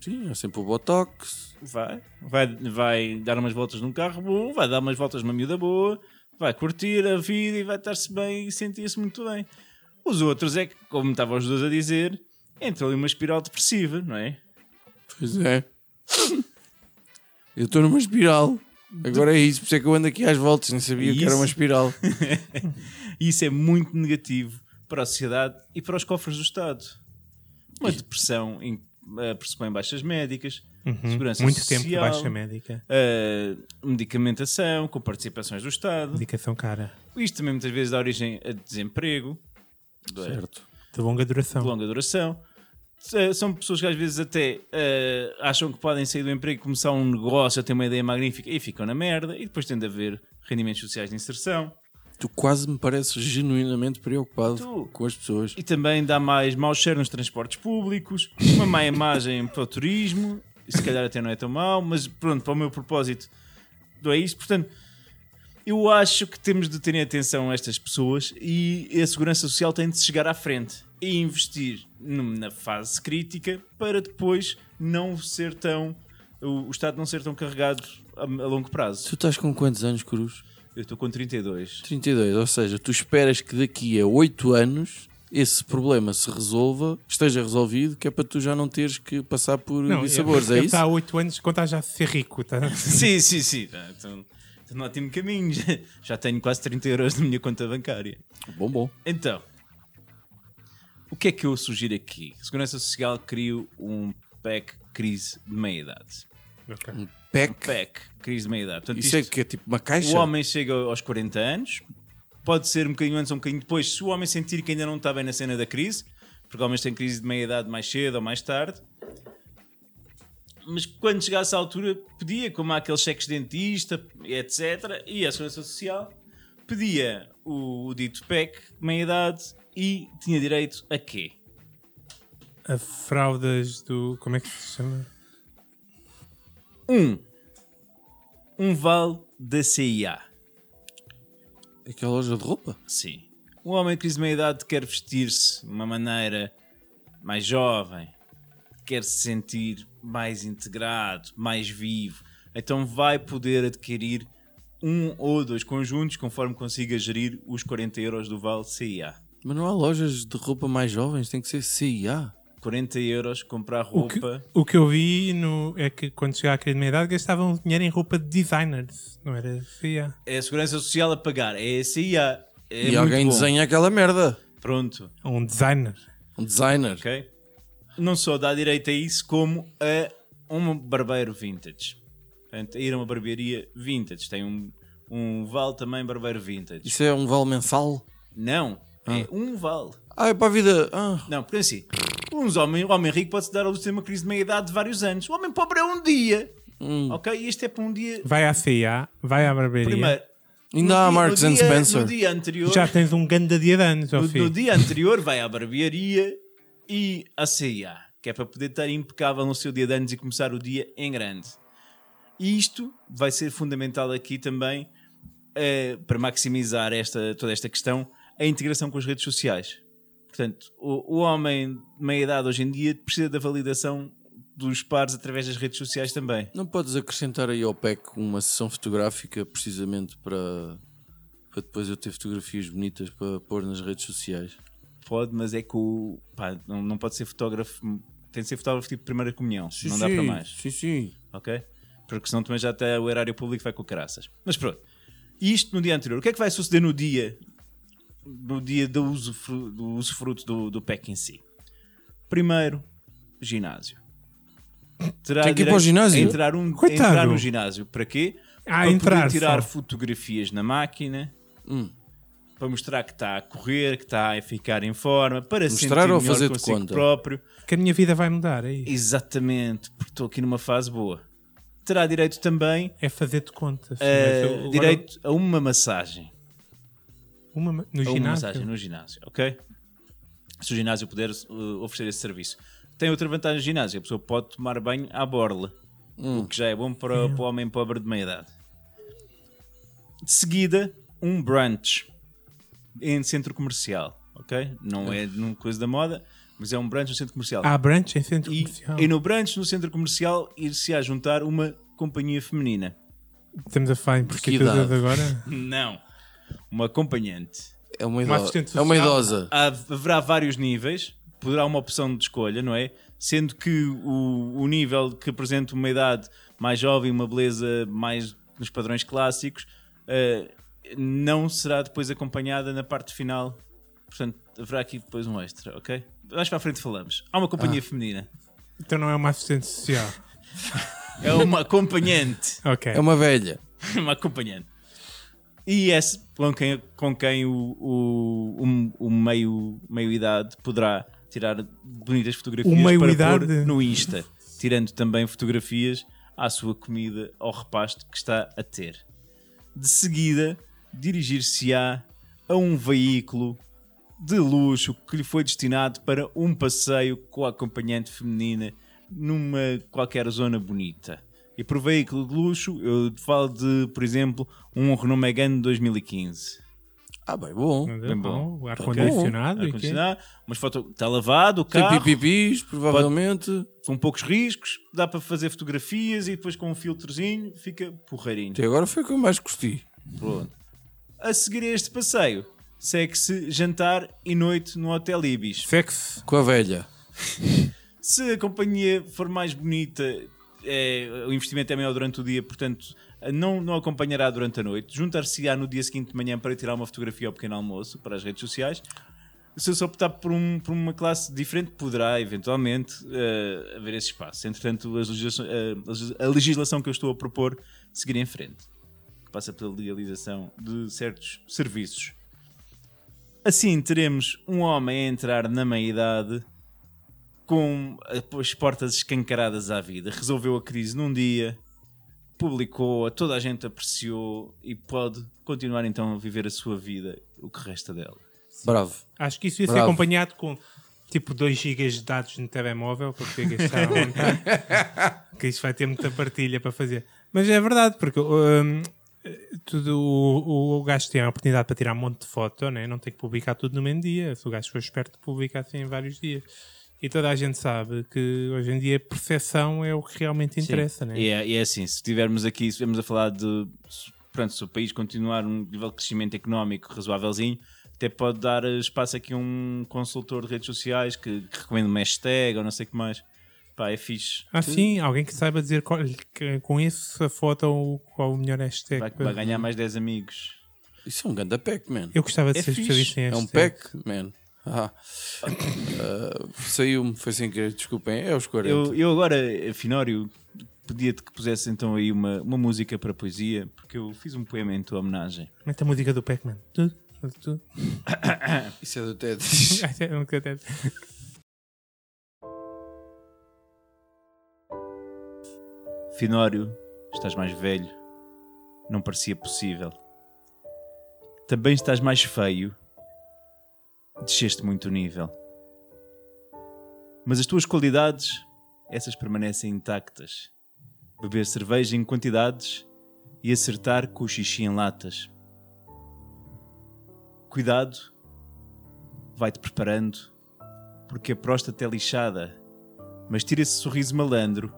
[SPEAKER 1] Sim, é sempre o Botox.
[SPEAKER 3] vai, vai, vai dar umas voltas num carro bom, vai dar umas voltas numa miúda boa, vai curtir a vida e vai estar-se bem e sentir-se muito bem. Os outros é que, como estavam os dois a dizer, entrou ali uma espiral depressiva, não é?
[SPEAKER 1] Pois é. Eu estou numa espiral. Agora é isso, por isso é que eu ando aqui às voltas, nem sabia que era
[SPEAKER 3] Isso.
[SPEAKER 1] uma espiral.
[SPEAKER 3] E isso é muito negativo para a sociedade e para os cofres do Estado. Uma depressão em, eh, pressupõe baixas médicas, segurança
[SPEAKER 4] Uhum. Muito
[SPEAKER 3] social,
[SPEAKER 4] tempo de baixa médica.
[SPEAKER 3] Uh, medicamentação, com participações do Estado.
[SPEAKER 4] Indicação cara.
[SPEAKER 3] Isto também muitas vezes dá origem a desemprego
[SPEAKER 1] Certo.
[SPEAKER 4] De longa duração.
[SPEAKER 3] de longa duração. Uh, São pessoas que às vezes até uh, acham que podem sair do emprego e começar um negócio, ter uma ideia magnífica e ficam na merda. E depois tem de haver rendimentos sociais de inserção.
[SPEAKER 1] Tu quase me pareces genuinamente preocupado
[SPEAKER 3] Tu-
[SPEAKER 1] com as pessoas.
[SPEAKER 3] E também dá mais mau cheiro nos transportes públicos, uma má imagem para o turismo, e se calhar até não é tão mau, mas pronto, para o meu propósito, não é isso. Portanto, eu acho que temos de ter em atenção a estas pessoas e a segurança social tem de chegar à frente e investir num- na fase crítica para depois não ser tão. o o Estado não ser tão carregado a, a longo prazo.
[SPEAKER 1] Tu estás com quantos anos, Cruz?
[SPEAKER 3] Eu estou com 32.
[SPEAKER 1] 32, ou seja, tu esperas que daqui a 8 anos esse problema se resolva, esteja resolvido, que é para tu já não teres que passar por sabores,
[SPEAKER 4] eu,
[SPEAKER 1] é
[SPEAKER 4] eu
[SPEAKER 1] isso?
[SPEAKER 4] Está há 8 anos, contar já de ser rico. Tá?
[SPEAKER 3] Sim, sim, sim. Tá, Estou estou no ótimo caminho. Já- Já tenho quase 30 euros na minha conta bancária.
[SPEAKER 1] Bom, bom.
[SPEAKER 3] Então, O que é que eu sugiro aqui? Segurança Social criou um PEC crise de meia-idade.
[SPEAKER 4] Ok.
[SPEAKER 1] PEC.
[SPEAKER 3] PEC crise de meia-idade. Portanto,
[SPEAKER 1] Isso é
[SPEAKER 3] isto-
[SPEAKER 1] que é tipo uma caixa?
[SPEAKER 3] O homem chega aos 40 anos, pode ser um bocadinho antes ou um bocadinho depois, se o homem sentir que ainda não está bem na cena da crise, porque homens têm crise de meia-idade mais cedo ou mais tarde. Mas quando chegasse à altura, pedia, como há aqueles cheques de dentista, etc., e a Segurança Social, pedia o, o dito PEC, meia-idade, e tinha direito a quê?
[SPEAKER 4] A fraldas do. Como é que se chama?
[SPEAKER 3] Um, um vale da CIA.
[SPEAKER 1] Aquela loja de roupa?
[SPEAKER 3] Sim. Um homem de crise de meia-idade quer vestir-se de uma maneira mais jovem, quer se sentir mais integrado, mais vivo. Então vai poder adquirir um ou dois conjuntos conforme consiga gerir os 40 euros do Vale CIA.
[SPEAKER 1] Mas não há lojas de roupa mais jovens, tem que ser CIA.
[SPEAKER 3] 40 euros comprar
[SPEAKER 4] O que,
[SPEAKER 3] roupa.
[SPEAKER 4] o que eu vi no, é que quando chegava à crise de meia idade gastavam dinheiro em roupa de designers, não era? CIA.
[SPEAKER 3] É a Segurança Social a pagar. É a CIA. É
[SPEAKER 1] e
[SPEAKER 3] muito
[SPEAKER 1] alguém
[SPEAKER 3] bom.
[SPEAKER 1] desenha aquela merda.
[SPEAKER 3] Pronto.
[SPEAKER 4] Um designer.
[SPEAKER 1] Um designer.
[SPEAKER 3] Ok? Não só dá direito a isso, como a um barbeiro vintage. Portanto, ir a uma barbearia vintage. Tem um, um vale também barbeiro vintage.
[SPEAKER 1] Isso é um vale mensal?
[SPEAKER 3] Não, é um vale.
[SPEAKER 1] Ah, é para a vida. Ah,
[SPEAKER 3] Não, porque assim, uns homem, o homem rico pode-se dar a luz de ter uma crise de meia-idade de vários anos. O homem pobre é um dia.
[SPEAKER 1] Hum.
[SPEAKER 3] Ok? E este é para um dia...
[SPEAKER 4] Vai à CIA, vai à barbearia.
[SPEAKER 3] Primeiro,
[SPEAKER 1] ainda há
[SPEAKER 3] no dia-
[SPEAKER 1] Marks
[SPEAKER 3] no
[SPEAKER 1] and
[SPEAKER 3] dia-
[SPEAKER 1] Spencer.
[SPEAKER 3] No dia anterior...
[SPEAKER 4] Já tens um ganda dia de anos, ó
[SPEAKER 1] Então,
[SPEAKER 3] No, no
[SPEAKER 4] filho.
[SPEAKER 3] dia anterior vai à barbearia e à CIA, que é para poder estar impecável no seu dia de anos e começar o dia em grande. E isto vai ser fundamental aqui também eh, para maximizar esta, toda esta questão, a integração com as redes sociais. Portanto, o, o homem de meia-idade hoje em dia precisa da validação dos pares através das redes sociais também.
[SPEAKER 1] Não podes acrescentar aí ao PEC uma sessão fotográfica precisamente para, para depois eu ter fotografias bonitas para pôr nas redes sociais.
[SPEAKER 3] Pode, mas é que o, pá, não, não pode ser fotógrafo, tem de ser fotógrafo tipo primeira comunhão, não dá para mais.
[SPEAKER 1] Sim, sim.
[SPEAKER 3] ok? Porque senão também já até o erário público vai com caraças. Mas pronto, E isto no dia anterior. O que é que vai suceder no dia no dia do usufruto do, usufruto do, do PEC em si? Primeiro, ginásio. Terá
[SPEAKER 1] Tem que ir
[SPEAKER 3] direito
[SPEAKER 1] para o ginásio?
[SPEAKER 3] a entrar, um, a
[SPEAKER 4] Coitado.
[SPEAKER 3] entrar no ginásio. Para quê?
[SPEAKER 4] Ah,
[SPEAKER 3] para
[SPEAKER 4] entrar
[SPEAKER 3] poder tirar
[SPEAKER 4] só.
[SPEAKER 3] fotografias na máquina.
[SPEAKER 1] Hum.
[SPEAKER 3] Para mostrar que está a correr, que está a ficar em forma, para se sentir
[SPEAKER 1] Mostrar ou
[SPEAKER 3] melhor
[SPEAKER 1] fazer de
[SPEAKER 3] consigo
[SPEAKER 1] conta?
[SPEAKER 3] próprio.
[SPEAKER 4] Que a minha vida vai mudar, é isso.
[SPEAKER 3] Exatamente, porque estou aqui numa fase boa. Terá direito também
[SPEAKER 4] É fazer-te contas.
[SPEAKER 3] eh,
[SPEAKER 4] Mas eu- agora-
[SPEAKER 3] direito a uma massagem.
[SPEAKER 4] Uma, ma- no
[SPEAKER 3] A uma massagem
[SPEAKER 4] ginásio.
[SPEAKER 3] no ginásio, ok? Se o ginásio puder eh, oferecer esse serviço. Tem outra vantagem no ginásio, a pessoa pode tomar banho à borla, o que já é bom para, para o homem pobre de meia-idade. De seguida, um brunch em centro comercial, ok? Não é numa coisa da moda, mas é um brunch no centro comercial.
[SPEAKER 4] Há brunch em centro
[SPEAKER 3] e,
[SPEAKER 4] comercial.
[SPEAKER 3] e no brunch no centro comercial ir-se a juntar uma companhia feminina.
[SPEAKER 4] Estamos a falar em prostitutas
[SPEAKER 1] idade?
[SPEAKER 4] agora.
[SPEAKER 3] Não. Uma acompanhante.
[SPEAKER 1] É uma
[SPEAKER 4] Uma
[SPEAKER 1] idosa.
[SPEAKER 4] assistente
[SPEAKER 1] É uma
[SPEAKER 4] social.
[SPEAKER 1] idosa.
[SPEAKER 3] Há- Haverá vários níveis, poderá uma opção de escolha, não é? Sendo que o, o nível que apresenta uma idade mais jovem, uma beleza mais nos padrões clássicos, eh, não será depois acompanhada na parte final. Portanto, haverá aqui depois um extra, ok? Mais para a frente falamos. Há uma companhia feminina.
[SPEAKER 4] Então não é uma assistente social.
[SPEAKER 3] É uma acompanhante.
[SPEAKER 4] Ok.
[SPEAKER 1] É uma velha.
[SPEAKER 3] uma acompanhante. E esse com quem, com quem o, o, o, o meio, meio idade poderá tirar bonitas fotografias
[SPEAKER 4] O meio
[SPEAKER 3] para
[SPEAKER 4] idade?
[SPEAKER 3] pôr no Insta, tirando também fotografias à sua comida, ao repasto que está a ter. De seguida, dirigir-se-á a um veículo de luxo que lhe foi destinado para um passeio com a acompanhante feminina numa qualquer zona bonita. E por veículo de luxo, eu falo de, por exemplo, um Renault Megane de 2015.
[SPEAKER 1] Ah, bem, bom.
[SPEAKER 4] Bem
[SPEAKER 3] É bom. Tá
[SPEAKER 4] bom. Ar-condicionado. e Ah, quê?
[SPEAKER 3] Ar-condicionado, mas foto... está lavado o
[SPEAKER 1] Tem
[SPEAKER 3] carro,
[SPEAKER 1] pipipis, provavelmente.
[SPEAKER 3] com poucos riscos, dá para fazer fotografias e depois com um filtrozinho fica porreirinho.
[SPEAKER 1] Até agora foi o que eu mais gostei.
[SPEAKER 3] Pronto. A seguir a este passeio, segue-se jantar e noite no Hotel Ibis.
[SPEAKER 4] Sexo.
[SPEAKER 1] Com a velha.
[SPEAKER 3] Se a companhia for mais bonita, é, o investimento é maior durante o dia, portanto, não, não acompanhará durante a noite. Juntar-se-á no dia seguinte de manhã para tirar uma fotografia ao pequeno almoço para as redes sociais. se eu só optar por, um- por uma classe diferente, poderá eventualmente eh, haver esse espaço. Entretanto, as legislações- eh, as- a legislação que eu estou a propor seguir em frente, que passa pela legalização de certos serviços. Assim, teremos um homem a entrar na meia-idade com as portas escancaradas à vida. Resolveu a crise num dia, publicou-a, toda a gente apreciou e pode continuar então a viver a sua vida, o que resta dela.
[SPEAKER 1] Bravo.
[SPEAKER 4] Acho que isso ia ser
[SPEAKER 1] Bravo.
[SPEAKER 4] acompanhado com tipo 2 GB de dados no telemóvel para poder gastar à vontade. que isso vai ter muita partilha para fazer. Mas é verdade, porque hum, tudo, o, o gajo tem a oportunidade para tirar um monte de foto, né? não tem que publicar tudo no mesmo dia. Se o gajo for esperto, publica assim em vários dias. E toda a gente sabe que hoje em dia a percepção é o que realmente interessa, né?
[SPEAKER 3] E é, e é assim, se tivermos aqui, se estivermos a falar de. se- Pronto, se o país continuar um nível de crescimento económico razoávelzinho, até pode dar eh, espaço aqui a um consultor de redes sociais que, que recomenda uma hashtag ou não sei o que mais. Pá, é fixe.
[SPEAKER 4] Ah, sim, alguém que saiba dizer qual- que- com essa foto o- qual o melhor hashtag.
[SPEAKER 3] Vai, vai ganhar mais 10 amigos.
[SPEAKER 1] Isso é um ganda pack, man.
[SPEAKER 4] Eu gostava de
[SPEAKER 3] É
[SPEAKER 4] ser
[SPEAKER 3] fixe.
[SPEAKER 4] especialista em
[SPEAKER 1] É um
[SPEAKER 4] hashtag.
[SPEAKER 1] pack, man. Ah. Ah, Saiu-me, foi sem querer, desculpem. É aos 40.
[SPEAKER 3] Eu, eu agora, eh, Finório, pedia-te que pusesse então aí uma, uma música para poesia, porque eu fiz um poema em tua homenagem.
[SPEAKER 4] Mete a música do Pac-Man. Tu, tu, tu.
[SPEAKER 1] Isso é do Ted.
[SPEAKER 4] É um bocado-
[SPEAKER 3] Finório, estás mais velho. Não parecia possível. Também estás mais feio. Desceste muito o nível. Mas as tuas qualidades, essas permanecem intactas. Beber cerveja em quantidades e acertar com o xixi em latas. Cuidado, vai-te preparando, porque a próstata é lixada, mas tira esse sorriso malandro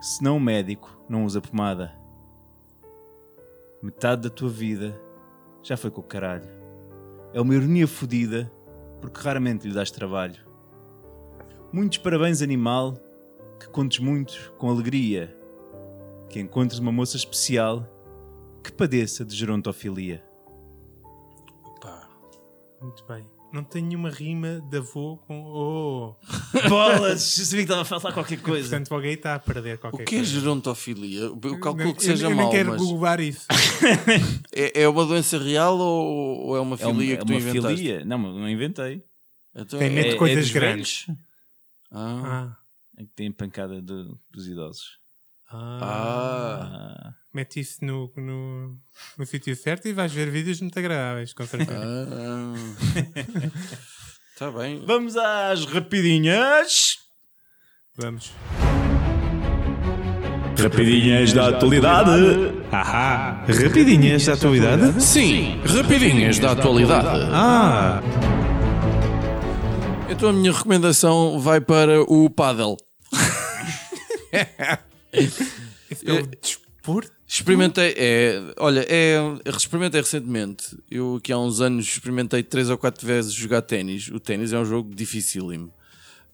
[SPEAKER 3] se não o médico não usa pomada. Metade da tua vida já foi com o caralho. É uma ironia fodida porque raramente lhe dás trabalho. Muitos parabéns, animal, que contes muitos com alegria, que encontres uma moça especial que padeça de gerontofilia.
[SPEAKER 4] Muito bem. Não tenho nenhuma rima de avô com. Oh!
[SPEAKER 3] Bolas! Sabia que estava a falar qualquer coisa.
[SPEAKER 4] Portanto, alguém está a perder qualquer
[SPEAKER 1] O que é
[SPEAKER 4] coisa.
[SPEAKER 1] gerontofilia? Eu
[SPEAKER 4] Não,
[SPEAKER 1] calculo que
[SPEAKER 4] eu-
[SPEAKER 1] seja
[SPEAKER 4] eu
[SPEAKER 1] mal,
[SPEAKER 4] nem quero
[SPEAKER 1] mas
[SPEAKER 4] googlar isso.
[SPEAKER 1] é, é uma doença real ou, ou é uma
[SPEAKER 3] É uma,
[SPEAKER 1] filia
[SPEAKER 3] é
[SPEAKER 1] que tu
[SPEAKER 3] uma
[SPEAKER 1] inventaste?
[SPEAKER 3] filia. Não, não inventei.
[SPEAKER 1] Então
[SPEAKER 4] Tem
[SPEAKER 1] é-
[SPEAKER 4] medo de coisas
[SPEAKER 3] dos
[SPEAKER 4] grandes.
[SPEAKER 3] velhos.
[SPEAKER 1] Ah,
[SPEAKER 4] Ah,
[SPEAKER 3] É que tem a pancada do- dos idosos.
[SPEAKER 4] ah.
[SPEAKER 1] ah.
[SPEAKER 3] Ah.
[SPEAKER 4] Mete isso no, no, no sítio certo e vais ver vídeos muito agradáveis, com
[SPEAKER 1] Ah.
[SPEAKER 4] certeza.
[SPEAKER 1] Está Tá bem.
[SPEAKER 3] Vamos às rapidinhas.
[SPEAKER 4] Vamos.
[SPEAKER 7] Rapidinhas da atualidade. Ahá. Rapidinhas da atualidade?
[SPEAKER 1] Sim, rapidinhas da atualidade.
[SPEAKER 7] Ah.
[SPEAKER 1] Então a minha recomendação vai para o paddle.
[SPEAKER 4] Esse é o
[SPEAKER 1] Eu-
[SPEAKER 4] desporto?
[SPEAKER 1] Experimentei, é, olha, é, experimentei recentemente. Eu aqui há uns anos experimentei três ou quatro vezes jogar ténis. O ténis é um jogo dificílimo.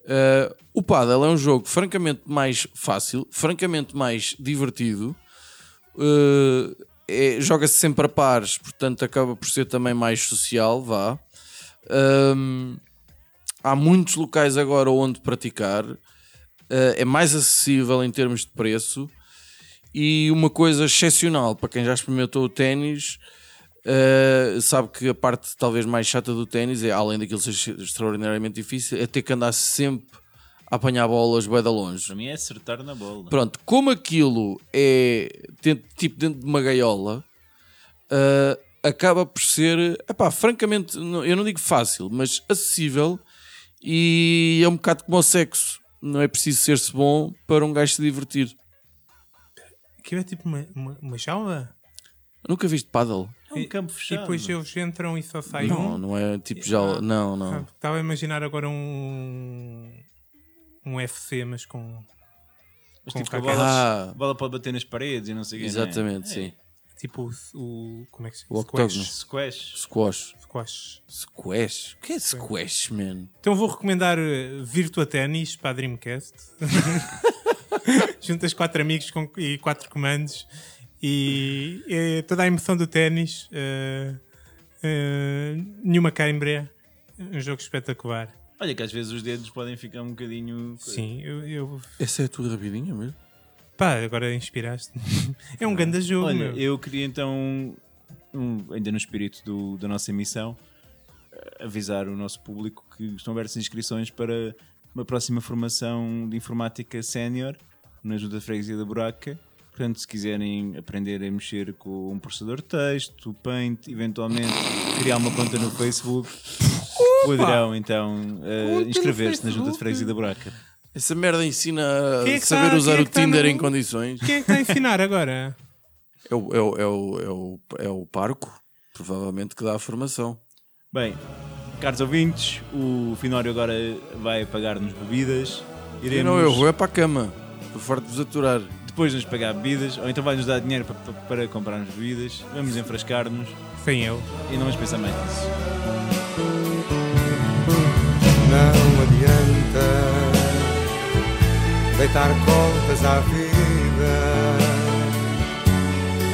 [SPEAKER 1] Uh, o paddle é um jogo francamente mais fácil, francamente mais divertido. Uh, é- Joga-se sempre a pares, portanto acaba por ser também mais social, vá. Um, há muitos locais agora onde praticar. Uh, é mais acessível em termos de preço e uma coisa excepcional para quem já experimentou o ténis eh, sabe que a parte talvez mais chata do ténis é além daquilo ser extraordinariamente difícil é ter que andar sempre a apanhar bolas bem de longe
[SPEAKER 3] Para mim é acertar na bola.
[SPEAKER 1] Pronto, como aquilo é ten- tipo dentro de uma gaiola, ah, acaba por ser, epá, francamente, não- eu não digo fácil, mas acessível e é um bocado como o sexo. Não é preciso ser-se bom para um gajo se divertir.
[SPEAKER 4] Aquilo é tipo uma, uma, uma jaula?
[SPEAKER 1] Nunca viste paddle?
[SPEAKER 3] É um campo
[SPEAKER 4] E
[SPEAKER 3] fechado.
[SPEAKER 4] depois eles entram e só saem
[SPEAKER 1] Não,
[SPEAKER 4] um?
[SPEAKER 1] não é tipo já. Não,
[SPEAKER 4] Ah,
[SPEAKER 1] não.
[SPEAKER 4] Estava a imaginar agora um. Um FC, mas com.
[SPEAKER 3] Mas
[SPEAKER 4] com
[SPEAKER 3] tipo, a
[SPEAKER 4] raquete.
[SPEAKER 3] bola,
[SPEAKER 1] Ah.
[SPEAKER 3] a bola pode bater nas paredes e não sei o quê, não é?
[SPEAKER 1] Exatamente, sim.
[SPEAKER 4] Tipo o, o- Como é que se
[SPEAKER 1] O
[SPEAKER 4] chama?
[SPEAKER 1] octógono.
[SPEAKER 4] Squash.
[SPEAKER 3] Squash.
[SPEAKER 1] Squash.
[SPEAKER 4] Squash.
[SPEAKER 1] Squash? O que é squash, man?
[SPEAKER 4] Então vou recomendar eh, Virtua Tennis para a Dreamcast. Juntas quatro amigos com- e quatro comandos e é eh, toda a emoção do ténis. eh, eh, nenhuma cãibra. um jogo espetacular.
[SPEAKER 3] Olha que às vezes os dedos podem ficar um bocadinho.
[SPEAKER 4] Sim, eu, eu-
[SPEAKER 1] Essa é a tua rabidinha mesmo?
[SPEAKER 4] Pá, agora inspiraste-me. É um grande jogo,
[SPEAKER 3] Olha,
[SPEAKER 4] meu.
[SPEAKER 3] eu queria então, um- ainda no espírito do- da nossa emissão, eh, avisar o nosso público que estão abertas inscrições para uma próxima formação de informática sénior na Junta de Freguesia da Buraca. Portanto, se quiserem aprender a mexer com um processador de texto, Paint, eventualmente criar uma conta no Facebook, poderão então eh, inscrever-se na Junta de Freguesia da Buraca.
[SPEAKER 1] Essa merda ensina a
[SPEAKER 4] Quem é que
[SPEAKER 1] saber
[SPEAKER 4] tá-
[SPEAKER 1] usar
[SPEAKER 4] quem é
[SPEAKER 1] o
[SPEAKER 4] que tá
[SPEAKER 1] Tinder
[SPEAKER 4] no-
[SPEAKER 1] em condições.
[SPEAKER 4] Quem é que está a ensinar agora?
[SPEAKER 1] É o, é, o, é, o, é, o, é o Parco, provavelmente, que dá a formação.
[SPEAKER 3] Bem, caros ouvintes, o Finório agora vai pagar-nos bebidas.
[SPEAKER 1] E
[SPEAKER 3] Iremos,
[SPEAKER 1] não eu, vou é para a cama. Estou farto de vos aturar.
[SPEAKER 3] Depois nos pagar bebidas, ou então vai-nos dar dinheiro pa- pa- para, comprarmos bebidas. Vamos enfrascar-nos
[SPEAKER 4] Sem ele.
[SPEAKER 3] e não vamos pensar mais nisso.
[SPEAKER 5] não adianta deitar contas à vida.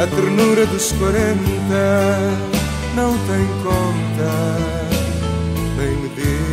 [SPEAKER 5] A ternura dos 40 não tem conta nem medida.